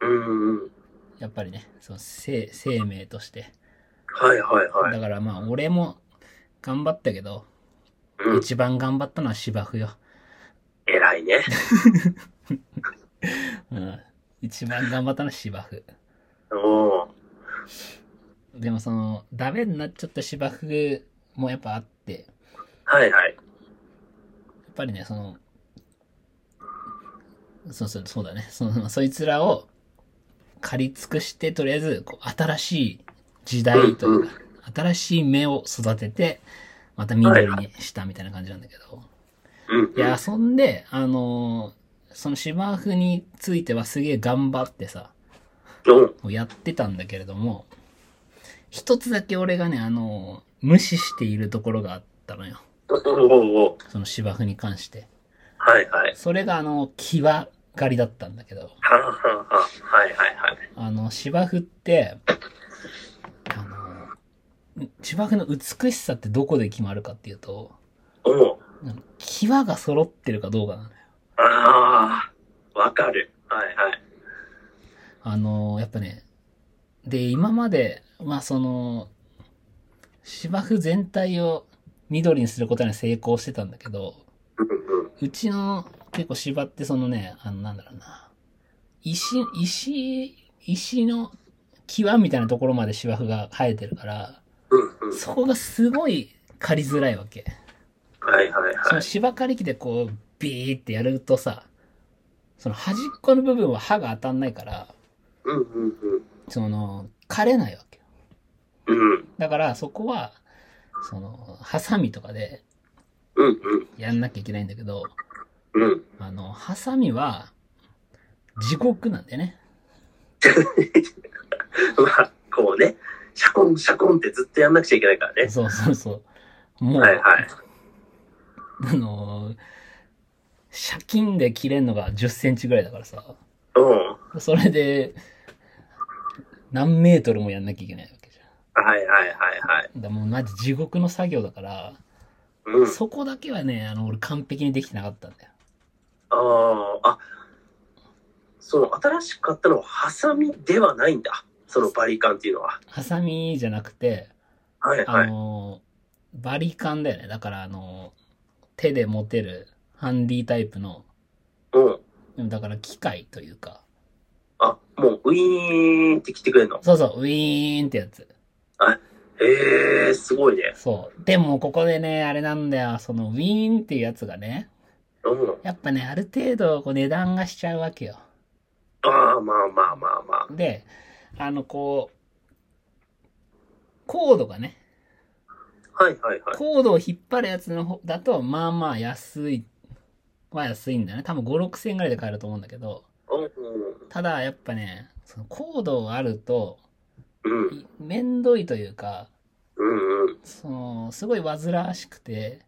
Speaker 2: うんうん
Speaker 1: やっぱりね、その生生命として。
Speaker 2: はいはいはい
Speaker 1: だからまあ俺も頑張ったけど、
Speaker 2: うん
Speaker 1: 一番頑張ったのは芝生よ。
Speaker 2: 偉いね
Speaker 1: うん。一番頑張ったのは芝生。
Speaker 2: おー
Speaker 1: でもその、ダメになっちゃった芝生もやっぱあって、や
Speaker 2: はいはい
Speaker 1: っぱりね、その、そうそう、そうだね。その、そいつらを借り尽くして、とりあえず、こう、新しい時代というか、新しい芽を育てて、また緑にしたみたいな感じなんだけど。
Speaker 2: うん
Speaker 1: いや、そんで、あのーその芝生についてはすげえ頑張ってさ、
Speaker 2: うん
Speaker 1: もうやってたんだけれども、一つだけ俺がね、あのー無視しているところがあったのよ。
Speaker 2: おーおー
Speaker 1: その芝生に関して。
Speaker 2: はいはい
Speaker 1: それがあの、木は狩りだったんだけど、
Speaker 2: はんはんはんはいはいはい
Speaker 1: あの、芝生って、あのー芝生の美しさってどこで決まるかっていうと、
Speaker 2: おお
Speaker 1: なんか際が揃ってるかどうかなのよ。
Speaker 2: ああわかるはいはい
Speaker 1: あのーやっぱね、で、今まで、まあその、芝生全体を緑にすることには成功してたんだけど、
Speaker 2: うんうん
Speaker 1: うちの結構芝ってそのね、あの、なんだろうな、石、石、石の際みたいなところまで芝生が生えてるから、
Speaker 2: うんうん
Speaker 1: そこがすごい刈りづらいわけ。
Speaker 2: はいはい
Speaker 1: そ
Speaker 2: は
Speaker 1: の
Speaker 2: い
Speaker 1: 芝刈り機でこう、ビーってやるとさ、その端っこの部分は刃が当たんないから、
Speaker 2: うんうん
Speaker 1: その、刈れないわけ。
Speaker 2: うんうん
Speaker 1: だからそこは、その、ハサミとかで
Speaker 2: うんうん
Speaker 1: やんなきゃいけないんだけど、
Speaker 2: うん
Speaker 1: あの、ハサミは地獄なんだよね。
Speaker 2: まあこうねシャコンシャコンってずっとやんなくちゃいけないからね
Speaker 1: そうそうそう。もう、
Speaker 2: はいはい
Speaker 1: あの、借金で切れんのが10センチぐらいだからさ、
Speaker 2: うん
Speaker 1: それで何メートルもやんなきゃいけないわけじゃ
Speaker 2: はいはいはいはい
Speaker 1: ん。だからもうマジ地獄の作業だから、
Speaker 2: うん
Speaker 1: そこだけはね、あの、俺完璧にできてなかったんだよ。
Speaker 2: あああその新しく買ったのはハサミではないんだそのバリカンっていうのは
Speaker 1: ハサミじゃなくて、
Speaker 2: はいは
Speaker 1: あ
Speaker 2: い
Speaker 1: のー、バリカンだよね。だから、あのー、手で持てるハンディタイプの、
Speaker 2: うん
Speaker 1: うんだから機械というか、
Speaker 2: あもうウィーンって来てくれるの
Speaker 1: そうそう、ウィーンってやつ。
Speaker 2: へえー、すごいね
Speaker 1: そう。でも、ここでね、あれなんだよ、そのウィーンっていうやつがね、
Speaker 2: うん
Speaker 1: やっぱね、ある程度、こう、値段がしちゃうわけよ。
Speaker 2: ああまあまあまあまあ
Speaker 1: で、あの、こう、コードがね、
Speaker 2: はいはいはい
Speaker 1: コードを引っ張るやつの方だと、まあまあ安い、は安いんだよね。多分5、6千円ぐらいで買えると思うんだけど、
Speaker 2: うん
Speaker 1: ただやっぱね、そのコードがあると、
Speaker 2: う
Speaker 1: い
Speaker 2: ん
Speaker 1: めんどいというか、
Speaker 2: うんうん
Speaker 1: その、すごい煩わしくて、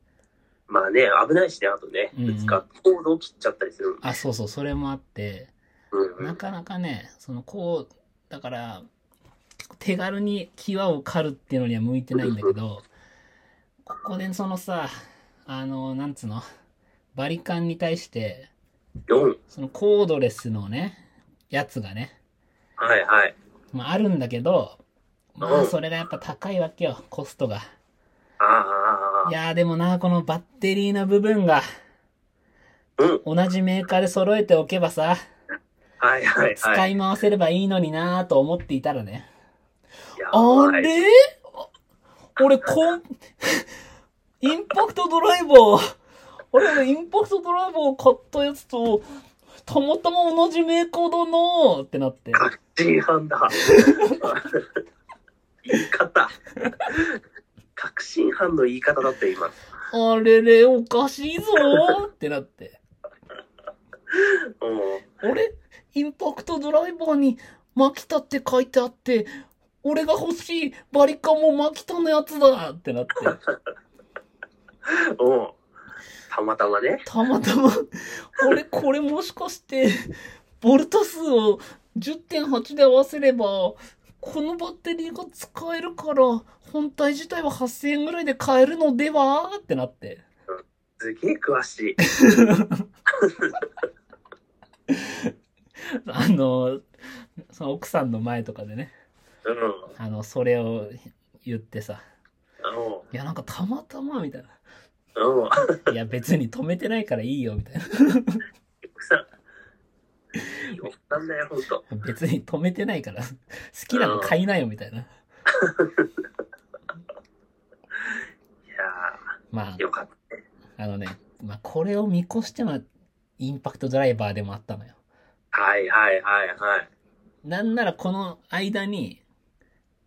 Speaker 2: まあね危ないしねあとね
Speaker 1: うん
Speaker 2: ぶつかってコードを切っちゃったりする
Speaker 1: あ、そうそう、それもあって、
Speaker 2: うんう
Speaker 1: なんかなかね、その、こう、だから、結構手軽に際を刈るっていうのには向いてないんだけど、ここでそのさ、あの、なんつうの、バリカンに対して、
Speaker 2: うん
Speaker 1: そのコードレスのね、やつがね、
Speaker 2: はいはい
Speaker 1: まああるんだけど、ま
Speaker 2: う
Speaker 1: あ
Speaker 2: ん
Speaker 1: それがやっぱ高いわけよ、コストが。
Speaker 2: あ
Speaker 1: い
Speaker 2: あ
Speaker 1: やーでもな、このバッテリーの部分が、
Speaker 2: うん
Speaker 1: 同じメーカーで揃えておけばさ、
Speaker 2: はいはいは
Speaker 1: 使
Speaker 2: い
Speaker 1: い回せればいいのになーと思っていたらね、
Speaker 2: や
Speaker 1: あ
Speaker 2: ばい
Speaker 1: れ俺、コン、 インパクトドライバー、俺、俺インパクトドライバーを買ったやつと、たまたま同じメーカーだなーってなって。
Speaker 2: 確信犯だ。 言い方。確信犯の言い方だったよ、今。
Speaker 1: あれれ、おかしいぞーってなって。
Speaker 2: うん。
Speaker 1: あれインパクトドライバーに、マキタって書いてあって、俺が欲しいバリカンもマキタのやつだってなって、
Speaker 2: うん。たまたまね。
Speaker 1: たまたま、あれ、これもしかして、ボルト数を10.8で合わせれば、このバッテリーが使えるから、本体自体は8000円ぐらいで買えるのではってなって。
Speaker 2: すげえ詳しい。
Speaker 1: あの、その奥さんの前とかでね、
Speaker 2: うん。うん。
Speaker 1: あの、それを言ってさ、いや、なんかたまたま、みたいな。
Speaker 2: うん。
Speaker 1: いや、別に止めてないからいいよ、みたい
Speaker 2: 奥さん。いいおっさんだよ、ほんと。
Speaker 1: な。別に止めてないから、好きなの買いなよ、みたいな。
Speaker 2: いや
Speaker 1: まあ
Speaker 2: ー、、よかった。
Speaker 1: あのね、まあ、これを見越してのインパクトドライバーでもあったのよ。
Speaker 2: はいはいはいはい。
Speaker 1: なんならこの間に、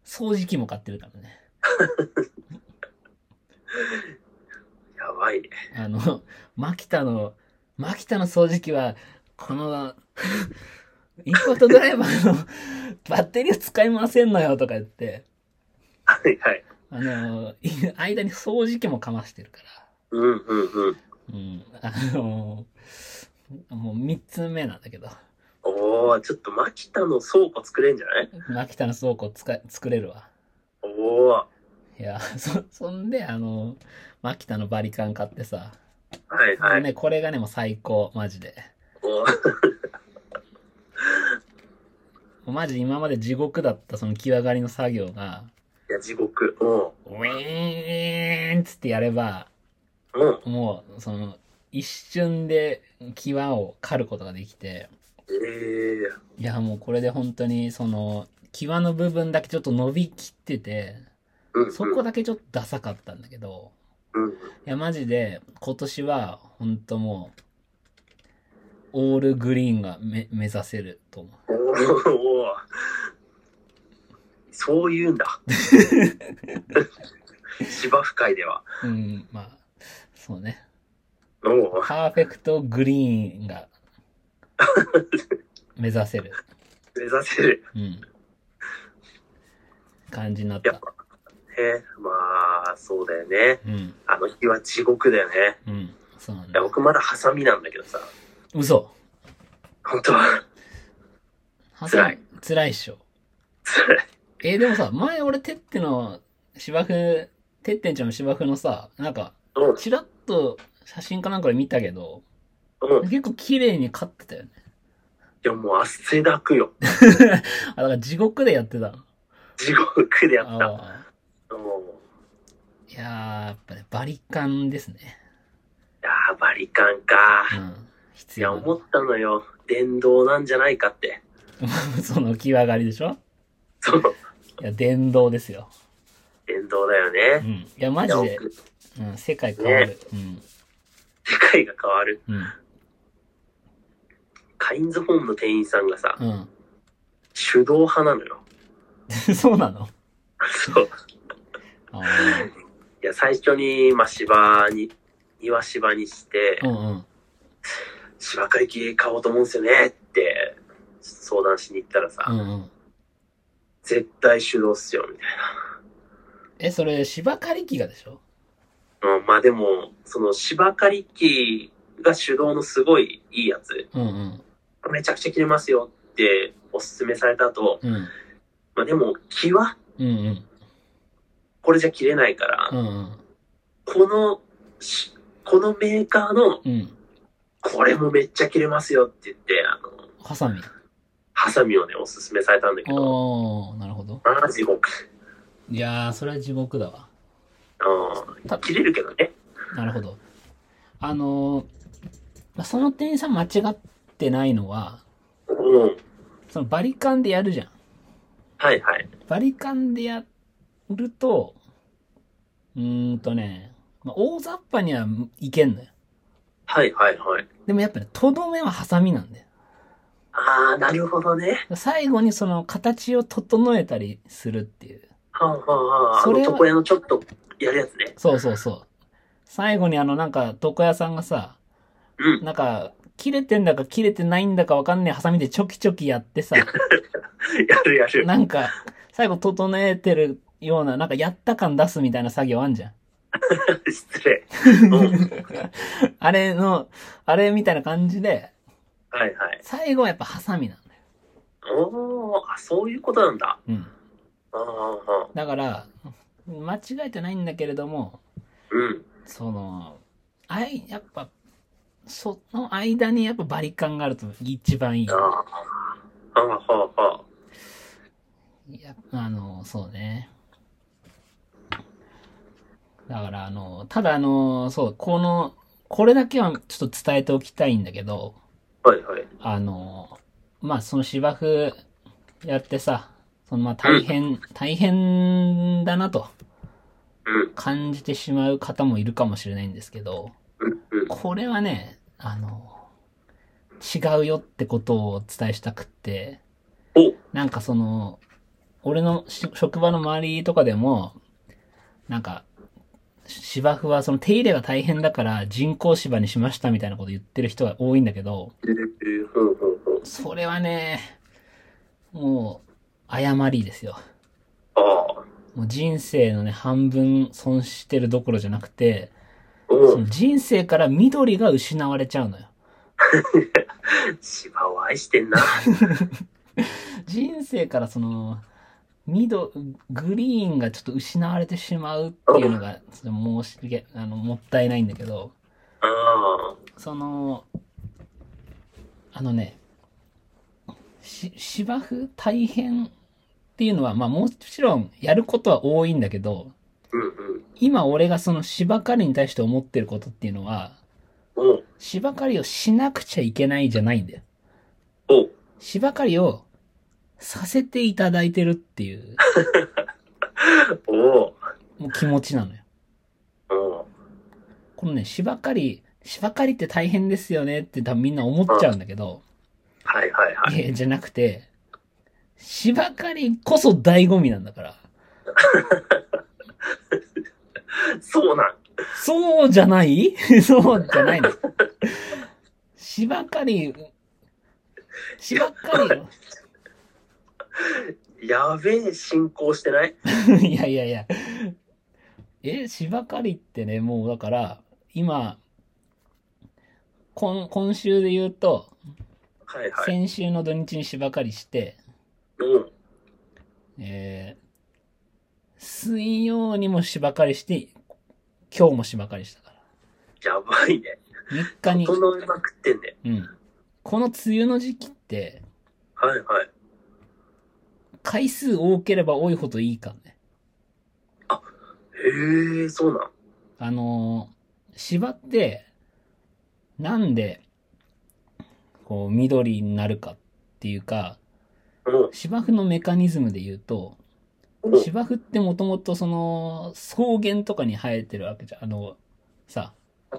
Speaker 1: 掃除機も買ってるからね。
Speaker 2: やばいね。
Speaker 1: あの、 マキタの、マキタの掃除機は、この、 インパクトドライバーのバッテリーを使いませんのよとか言って、
Speaker 2: はいはい。
Speaker 1: あの、い間に掃除機もかましてるから。
Speaker 2: うんうんうん。
Speaker 1: うん、あのもう3つ目なんだけど、
Speaker 2: おー、ちょっとマキタの倉庫作れんじゃない
Speaker 1: 秋田の倉庫つか作れるわ。
Speaker 2: おー。
Speaker 1: いや、そ、そんで、あの、秋田のバリカン買ってさ、
Speaker 2: はいはい。
Speaker 1: ね、これがね、もう最高、マジで。
Speaker 2: おー。
Speaker 1: もうマジで今まで地獄だったその木上がりの作業が、
Speaker 2: いや、地獄。う
Speaker 1: ウィーンっつってやれば、
Speaker 2: ん。うん。
Speaker 1: もう、その、一瞬で際を狩ることができて、
Speaker 2: ええ
Speaker 1: いや、もうこれで本当に、その、際の部分だけちょっと伸びきってて、
Speaker 2: うんうん。
Speaker 1: そこだけちょっとダサかったんだけど、
Speaker 2: うん。
Speaker 1: いや、マジで、今年は、ほんともう、オールグリーンがめ目指せると思
Speaker 2: おーおー。そう言うんだ。 芝生界では。
Speaker 1: う。うん、まあ、そうね。
Speaker 2: おお。
Speaker 1: パーフェクトグリーンが、目指せる。
Speaker 2: 目指せる。
Speaker 1: うん。感じになっ。
Speaker 2: やったぱ、ね、まあ、そうだよね。
Speaker 1: うん、
Speaker 2: あの日は地獄だよね。
Speaker 1: うん、そうなん
Speaker 2: いや、
Speaker 1: だ。
Speaker 2: 僕まだハサミなんだけどさ。
Speaker 1: 嘘
Speaker 2: 本当は、辛い。
Speaker 1: 辛いっしょ。
Speaker 2: 辛い。
Speaker 1: えーでもさ、前俺、てっての芝生、てってんちゃんの芝生のさ、なんか、
Speaker 2: うん、
Speaker 1: ちらっと写真かなんかで見たけど、
Speaker 2: うん。い
Speaker 1: 結構綺麗に勝ってたよね。
Speaker 2: や、もう汗だくよ。
Speaker 1: あ、だから地獄でやってたの。
Speaker 2: 地獄でやった。うん
Speaker 1: あーいやー、やっぱね、バリカンですね。
Speaker 2: いやー、バリカンか。
Speaker 1: うん。必
Speaker 2: いや、
Speaker 1: 要
Speaker 2: 思
Speaker 1: な。
Speaker 2: ったのよ。電動なんじゃないかって。
Speaker 1: その際がりでしょ
Speaker 2: そう。
Speaker 1: いや、電動ですよ。
Speaker 2: 電動だよ
Speaker 1: う
Speaker 2: ね。
Speaker 1: ん。いや、マ
Speaker 2: い
Speaker 1: ジ
Speaker 2: や、
Speaker 1: で、
Speaker 2: 僕
Speaker 1: うん、世界変わる。うん。
Speaker 2: 世界が変わる。
Speaker 1: うん。
Speaker 2: カインズホームの店員さんがさ、
Speaker 1: う
Speaker 2: 手動派なのよ。
Speaker 1: ん。 そうなの
Speaker 2: そう。
Speaker 1: あー
Speaker 2: いや、最初に、まあ、芝に、庭芝にして
Speaker 1: う、んうん。
Speaker 2: 芝刈り機買おうと思うんですよねって相談しに行ったらさ、
Speaker 1: うんうん。
Speaker 2: 絶対手動っすよ、みたい
Speaker 1: え、それ、芝刈り機がでしょ
Speaker 2: な。うん、まあでも、その芝刈り機が手動のすごいいいやつ、
Speaker 1: うんうん。
Speaker 2: めちゃくちゃ切れますよっておすすめされた後、
Speaker 1: うん。
Speaker 2: まあでも、木は
Speaker 1: うんうん。
Speaker 2: これじゃ切れないから、
Speaker 1: うんうん。
Speaker 2: このし、このメーカーの
Speaker 1: うん。
Speaker 2: これもめっちゃ切れますよって言って、あの、
Speaker 1: ハサミ。
Speaker 2: ハサミをね、おすすめされたんだけど、
Speaker 1: おー、なるほど。
Speaker 2: ああ、地獄。
Speaker 1: いやー、それは地獄だわ。
Speaker 2: う
Speaker 1: た
Speaker 2: ん、切れるけどね。
Speaker 1: なるほど。あのーまあその店員さん間違ってないのは、
Speaker 2: うん。
Speaker 1: そのバリカンでやるじゃん。
Speaker 2: はいはい。
Speaker 1: バリカンでやると、うーんとね、まあ、大雑把にはいけんのよ。
Speaker 2: はいはいはい。
Speaker 1: でもやっぱね、とどめはハサミなんだよ。
Speaker 2: ああ、なるほどね。
Speaker 1: 最後にその形を整えたりするっていう。
Speaker 2: ああはあはあ、あ
Speaker 1: それは
Speaker 2: の床屋のちょっとやるやつね。
Speaker 1: そうそうそう。最後にあのなんか床屋さんがさ、
Speaker 2: うん。
Speaker 1: なんか切れてんだか切れてないんだかわかんねえハサミでチョキチョキやってさ、
Speaker 2: やるやる。
Speaker 1: なんか最後整えてるような、なんかやった感出すみたいな作業あんじゃん。
Speaker 2: 失礼。うん。
Speaker 1: あれの、あれみたいな感じで、
Speaker 2: はいはい。
Speaker 1: 最後はやっぱハサミなんだよ。
Speaker 2: おー、あ、そういうことなんだ。
Speaker 1: うん。
Speaker 2: ああああ、
Speaker 1: だから、間違えてないんだけれども、
Speaker 2: うん。
Speaker 1: その、あい、やっぱ、その間にやっぱバリカンがあると一番いい。
Speaker 2: ああ、はあはあはあ。
Speaker 1: いや、あの、そうね。だから、あの、ただ、あの、そう、この、これだけはちょっと伝えておきたいんだけど、
Speaker 2: はいはい。
Speaker 1: あの、まあ、その芝生やってさ、そのまあ大変、大変だなと
Speaker 2: うん、
Speaker 1: 感じてしまう方もいるかもしれないんですけど、
Speaker 2: うん、うん。
Speaker 1: これはね、あの、違うよってことをお伝えしたくって、
Speaker 2: お
Speaker 1: なんかその、俺のし職場の周りとかでも、なんか、芝生はその手入れが大変だから人工芝にしましたみたいなこと言ってる人が多いんだけど、
Speaker 2: えー、ふんふんふん。
Speaker 1: それはね、もう、誤りですよ。
Speaker 2: ああ、
Speaker 1: もう人生のね、半分損してるどころじゃなくて、
Speaker 2: お
Speaker 1: その
Speaker 2: う
Speaker 1: 人生から緑が失われちゃうのよ。
Speaker 2: 芝を愛してんな。
Speaker 1: 人生からその、緑、グリーンがちょっと失われてしまうっていうのが、それ申し訳、あの、もったいないんだけど、
Speaker 2: ああ、
Speaker 1: その、あのね、し、芝生大変っていうのは、まあもちろんやることは多いんだけど、
Speaker 2: うんうん。
Speaker 1: 今俺がその芝刈りに対して思ってることっていうのは、
Speaker 2: おう
Speaker 1: 芝刈りをしなくちゃいけないじゃないんだよ。
Speaker 2: おう
Speaker 1: 芝刈りをさせていただいてるっていう、
Speaker 2: おう
Speaker 1: もう気持ちなのよ。
Speaker 2: おう
Speaker 1: このね、芝刈り、芝刈りって大変ですよねって多分みんな思っちゃうんだけど、
Speaker 2: はいはいはい。
Speaker 1: いや、じゃなくて、芝刈りこそ醍醐味なんだから。
Speaker 2: そうなん。
Speaker 1: そうじゃない そうじゃないの。芝刈り、芝刈
Speaker 2: やべえ進行してない
Speaker 1: りを、 いやいやいや。え、芝刈りってね、もうだから、今、今、今週で言うと、
Speaker 2: はいはい。
Speaker 1: 先週の土日に芝刈りして、
Speaker 2: うん。
Speaker 1: えー、水曜にも芝刈りして、今日も芝刈りしたか
Speaker 2: やばいね。
Speaker 1: ら。3日に、
Speaker 2: 整えまくってんね。
Speaker 1: うん。この梅雨の時期って、
Speaker 2: はいはい。
Speaker 1: 回数多ければ多いほどいいかもね。
Speaker 2: へえ、そうなん。
Speaker 1: あのー芝って、なんで、こう、緑になるかっていうか、
Speaker 2: うん。
Speaker 1: 芝生のメカニズムで言うと、
Speaker 2: おう
Speaker 1: 芝生ってもともとその、草原とかに生えてるわけじゃん。あの、さ、
Speaker 2: あ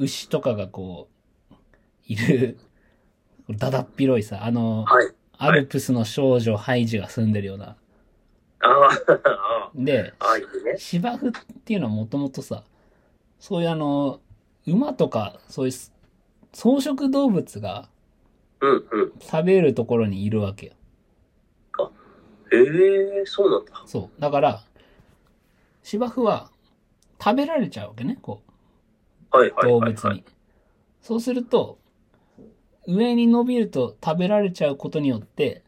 Speaker 1: 牛とかがこう、いる、だだっ広いさ、あの、
Speaker 2: あはい。
Speaker 1: アルプスの少女ハイジが住んでるような。
Speaker 2: ああ、あ
Speaker 1: で、
Speaker 2: あ、ああ、いいね。
Speaker 1: 芝生っていうのはもともとさ、そういうあの、馬とか、そういうす草食動物が
Speaker 2: うんうん。
Speaker 1: 食べるところにいるわけよ。
Speaker 2: へえ、そうなんだ。
Speaker 1: そう。だから、芝生は食べられちゃうわけね、こう。
Speaker 2: はいはい
Speaker 1: 動
Speaker 2: は
Speaker 1: 物
Speaker 2: い、はい
Speaker 1: に。。そうすると、上に伸びると食べられちゃうことによって、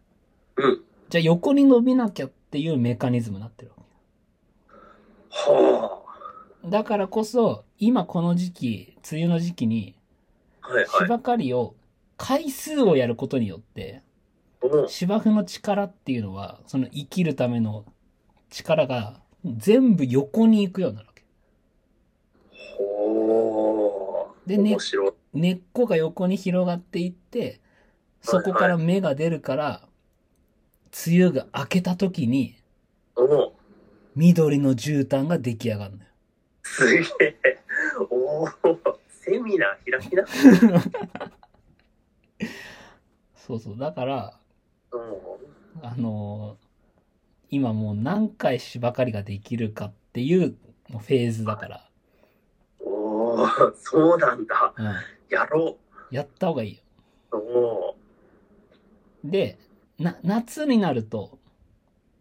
Speaker 2: うん。
Speaker 1: じゃあ横に伸びなきゃっていうメカニズムになってるわ
Speaker 2: は
Speaker 1: け。だからこそ、今この時期、梅雨の時期に、
Speaker 2: あ。はいはい。
Speaker 1: 芝刈りを、回数をやることによって、
Speaker 2: おう
Speaker 1: 芝生の力っていうのは、その生きるための力が、全部横に行くようになるわけ。
Speaker 2: ほう。
Speaker 1: でね
Speaker 2: 面白い。
Speaker 1: 根っこが横に広がっていって、そこから芽が出るから、梅雨が明けた時に、
Speaker 2: おう
Speaker 1: 緑の絨毯が出来上がるのよ。
Speaker 2: すげえ。おお。セミナー開きな。
Speaker 1: そうそう。だから、
Speaker 2: うん。
Speaker 1: あの今もう何回芝刈りができるかっていうもうフェーズだから、
Speaker 2: おー、そうなんだ。
Speaker 1: うん、
Speaker 2: やろ
Speaker 1: やった方がいいよ。
Speaker 2: う。おー。
Speaker 1: で、な、夏になると、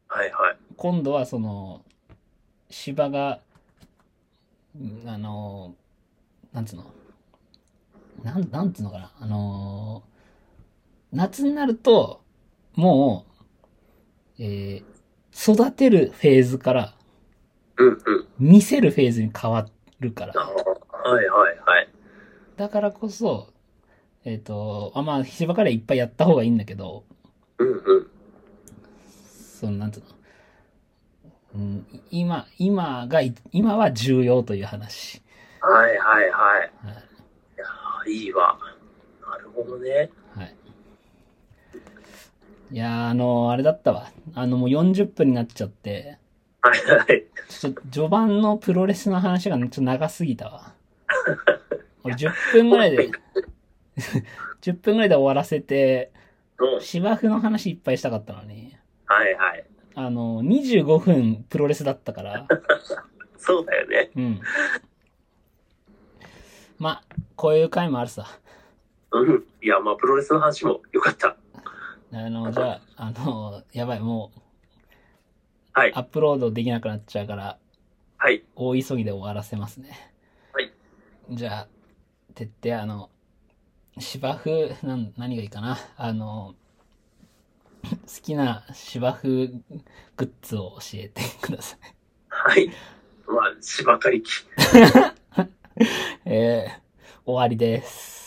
Speaker 2: はいはい。
Speaker 1: 今度はその、芝が、うんあの、なんつうの、なん、なんつうのかな、あの、夏になると、もう、えー育てるフェーズから、
Speaker 2: うんうん。
Speaker 1: 見せるフェーズに変わるから。
Speaker 2: あーはいはいはい。
Speaker 1: だからこそ、えっ、と、あまあ、芝刈りはいっぱいやった方がいいんだけど、
Speaker 2: うんうん。
Speaker 1: その、なんつうの、うん、今、今がい、今は重要という話。
Speaker 2: はいはいはい。
Speaker 1: はい
Speaker 2: やーいいわ。なるほどね。
Speaker 1: い。はい、いやー、あのあれだったわ。あの、もう40分になっちゃって、
Speaker 2: はいはい。
Speaker 1: ちょっと序盤のプロレスの話がちょっと長すぎたわ。俺10分ぐらいで、10分ぐらいで終わらせて、
Speaker 2: うん
Speaker 1: 芝生の話いっぱいしたかったのに。
Speaker 2: はいはい。
Speaker 1: あの、25分プロレスだったから、
Speaker 2: そうだよね。
Speaker 1: うん。まあ、こういう回もあるさ。
Speaker 2: うん。いや、まあ、プロレスの話もよかった。
Speaker 1: あの、じゃあ、あの、やばい、もう、
Speaker 2: はい
Speaker 1: アップロードできなくなっちゃうから、
Speaker 2: はい。
Speaker 1: 大急ぎで終わらせますね。
Speaker 2: はい。
Speaker 1: じゃあ、てって、あの、芝生、なん、何がいいかな。あの、好きな芝生グッズを教えてください。
Speaker 2: はい。まあ、芝刈り機。
Speaker 1: えー、終わりです。